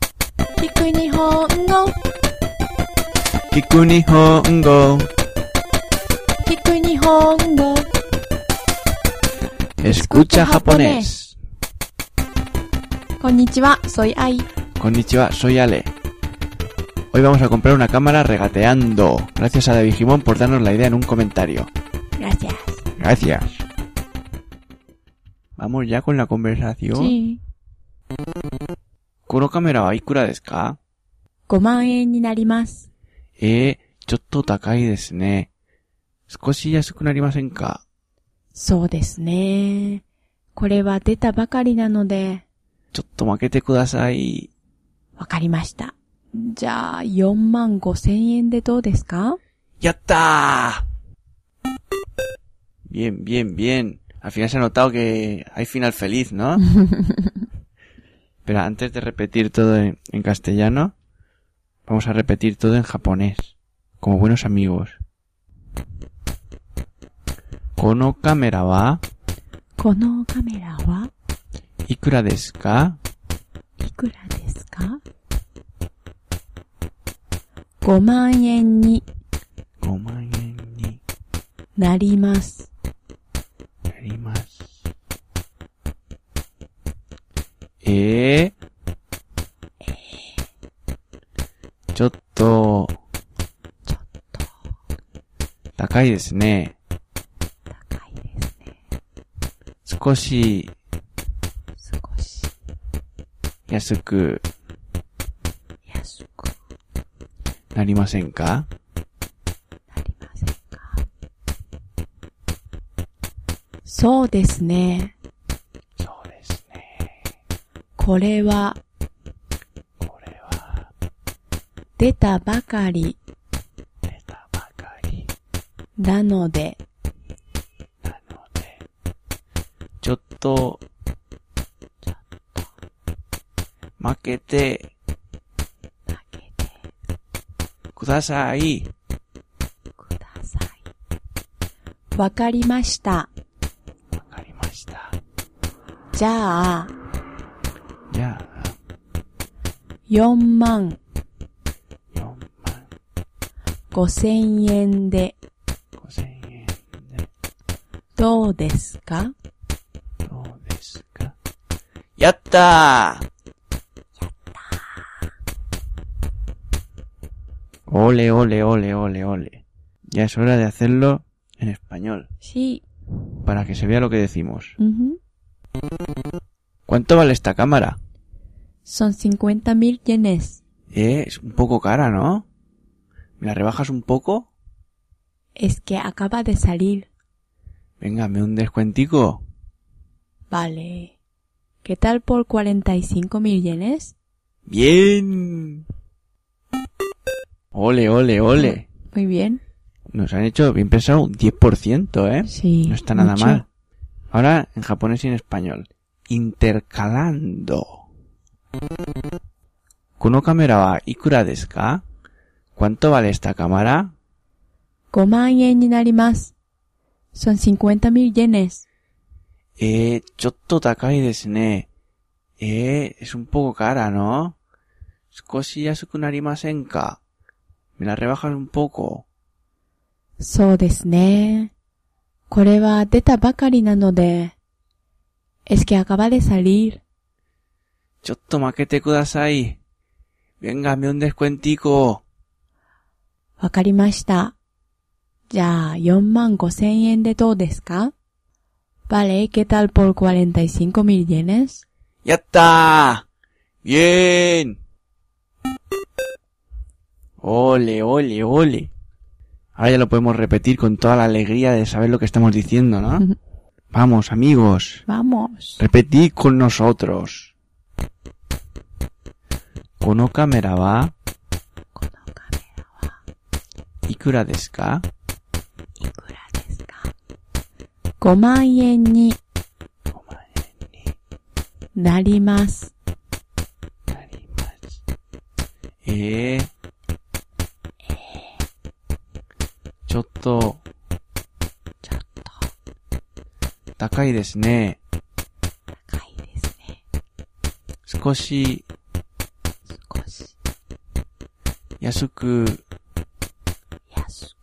聞く日本語聞く日本語聞く日本語 Escucha japonés こんにちは、soy Ai Konnichiwa, soy Ale Hoy vamos a comprar una cámara regateando Gracias a David Jimón por darnos la idea en un comentario Gracias Gracias Vamos ya con la conversación 5このカメラはいくらですか万円になりますええちょっと高いですね。少し安くなりませんかそうですねこれは出たばかりなのでちょっと負けてください。わかりましたじゃあ4万5千円でどうですかやったー Bien, bien, bien. Al final se ha notado que hay final feliz, ¿no? Pero antes de repetir todo en, en castellano, vamos a repetir todo en japonés. Como buenos amigos. このカメラはこのカメラはいくらですかいくらですか ?5 万円に5万円になります。なります。ええちょっと、ちょっ高いですね。と高いですね。少し少し安く安くなりませんかなりませんかそうですね。そうですね。これはこれは出たばかり出たばかりなのでなので、ちょっと、負けて負けてください。ください。わかりました。わかりました。じゃあじゃあ、 4万4万5千円で5千円でどうですかどうですかやったーやったーオレオレオレオレオレ。Ya es hora de hacerlo en español, ?C。 para que se vea lo que decimos. うんふん ¿Cuánto vale esta cámara? Son 50 mil yenes. Eh, es un poco cara, ¿no? ¿Me la rebajas un poco? Es que acaba de salir. Venga, me un descuentico. Vale. ¿Qué tal por 45 mil yenes? Bien. Ole, ole, ole. Muy bien. Nos han hecho bien pensado un 10%, ¿eh? Sí. No está nada mucho. mal. Ahora en japonés y en español. Intercalando. ¿Kono cámara wa ikura desu ka? ¿Cuánto vale esta cámara? 5万円になります。Son 50 mil yenes. Eh, chotto takai desu ne. Eh, es un poco cara, ¿no? Skoshi yasuku narimasen ka? ¿Me la rebajas un poco? そうですね。これは出たばかりなので。Es que acaba de salir. Chotto makete kudasai. Venga, me un descuentico. わかりました。じゃあ、4万5千円でどうですか Vale, ¿qué tal por 45 mil yenes? ¡Ya está! ¡Bien! ¡Ole, ole, ole! Ahora ya lo podemos repetir con toda la alegría de saber lo que estamos diciendo, ¿no? Vamos, amigos, Vamos. repetid con nosotros. ¿Kono cámara va? このカメ ¿Ikura desu ラ ka? いくらですか ?5 万円になります。 Eh. Chotto. Takai desu ne. 高いですね。少し少し安く安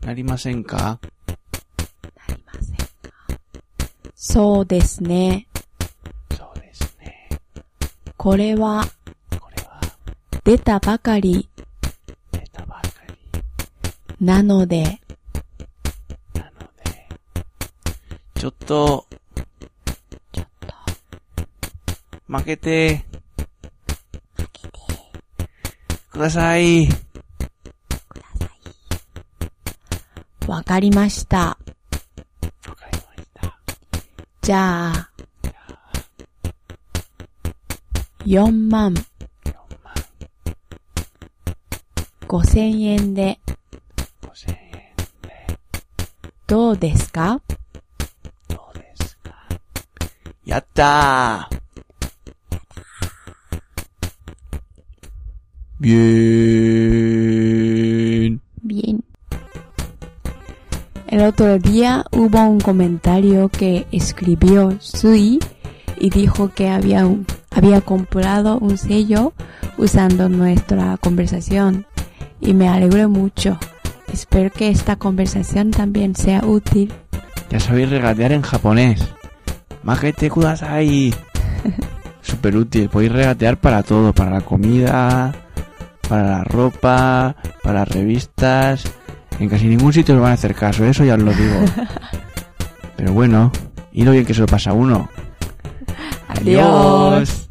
くなりませんかなりませんかそうですね。そうですね。これはこれは出たばかり出たばかりなので、なので、ちょっとちょっと負けて、ください。わかりました。わかりました。じゃあ、4万4万5千円で5千円。どうですかどうですかやったーbien. Bien. El otro día hubo un comentario que escribió Sui y dijo que había, un- había comprado un sello usando nuestra conversación y me alegro mucho. Espero que esta conversación también sea útil. Ya sabéis regatear en japonés. Majete kudasai. Súper útil. Podéis regatear para todo. Para la comida, para la ropa, para revistas. En casi ningún sitio os van a hacer caso. Eso ya os lo digo. Pero bueno, y lo bien que se lo pasa a uno. Adiós.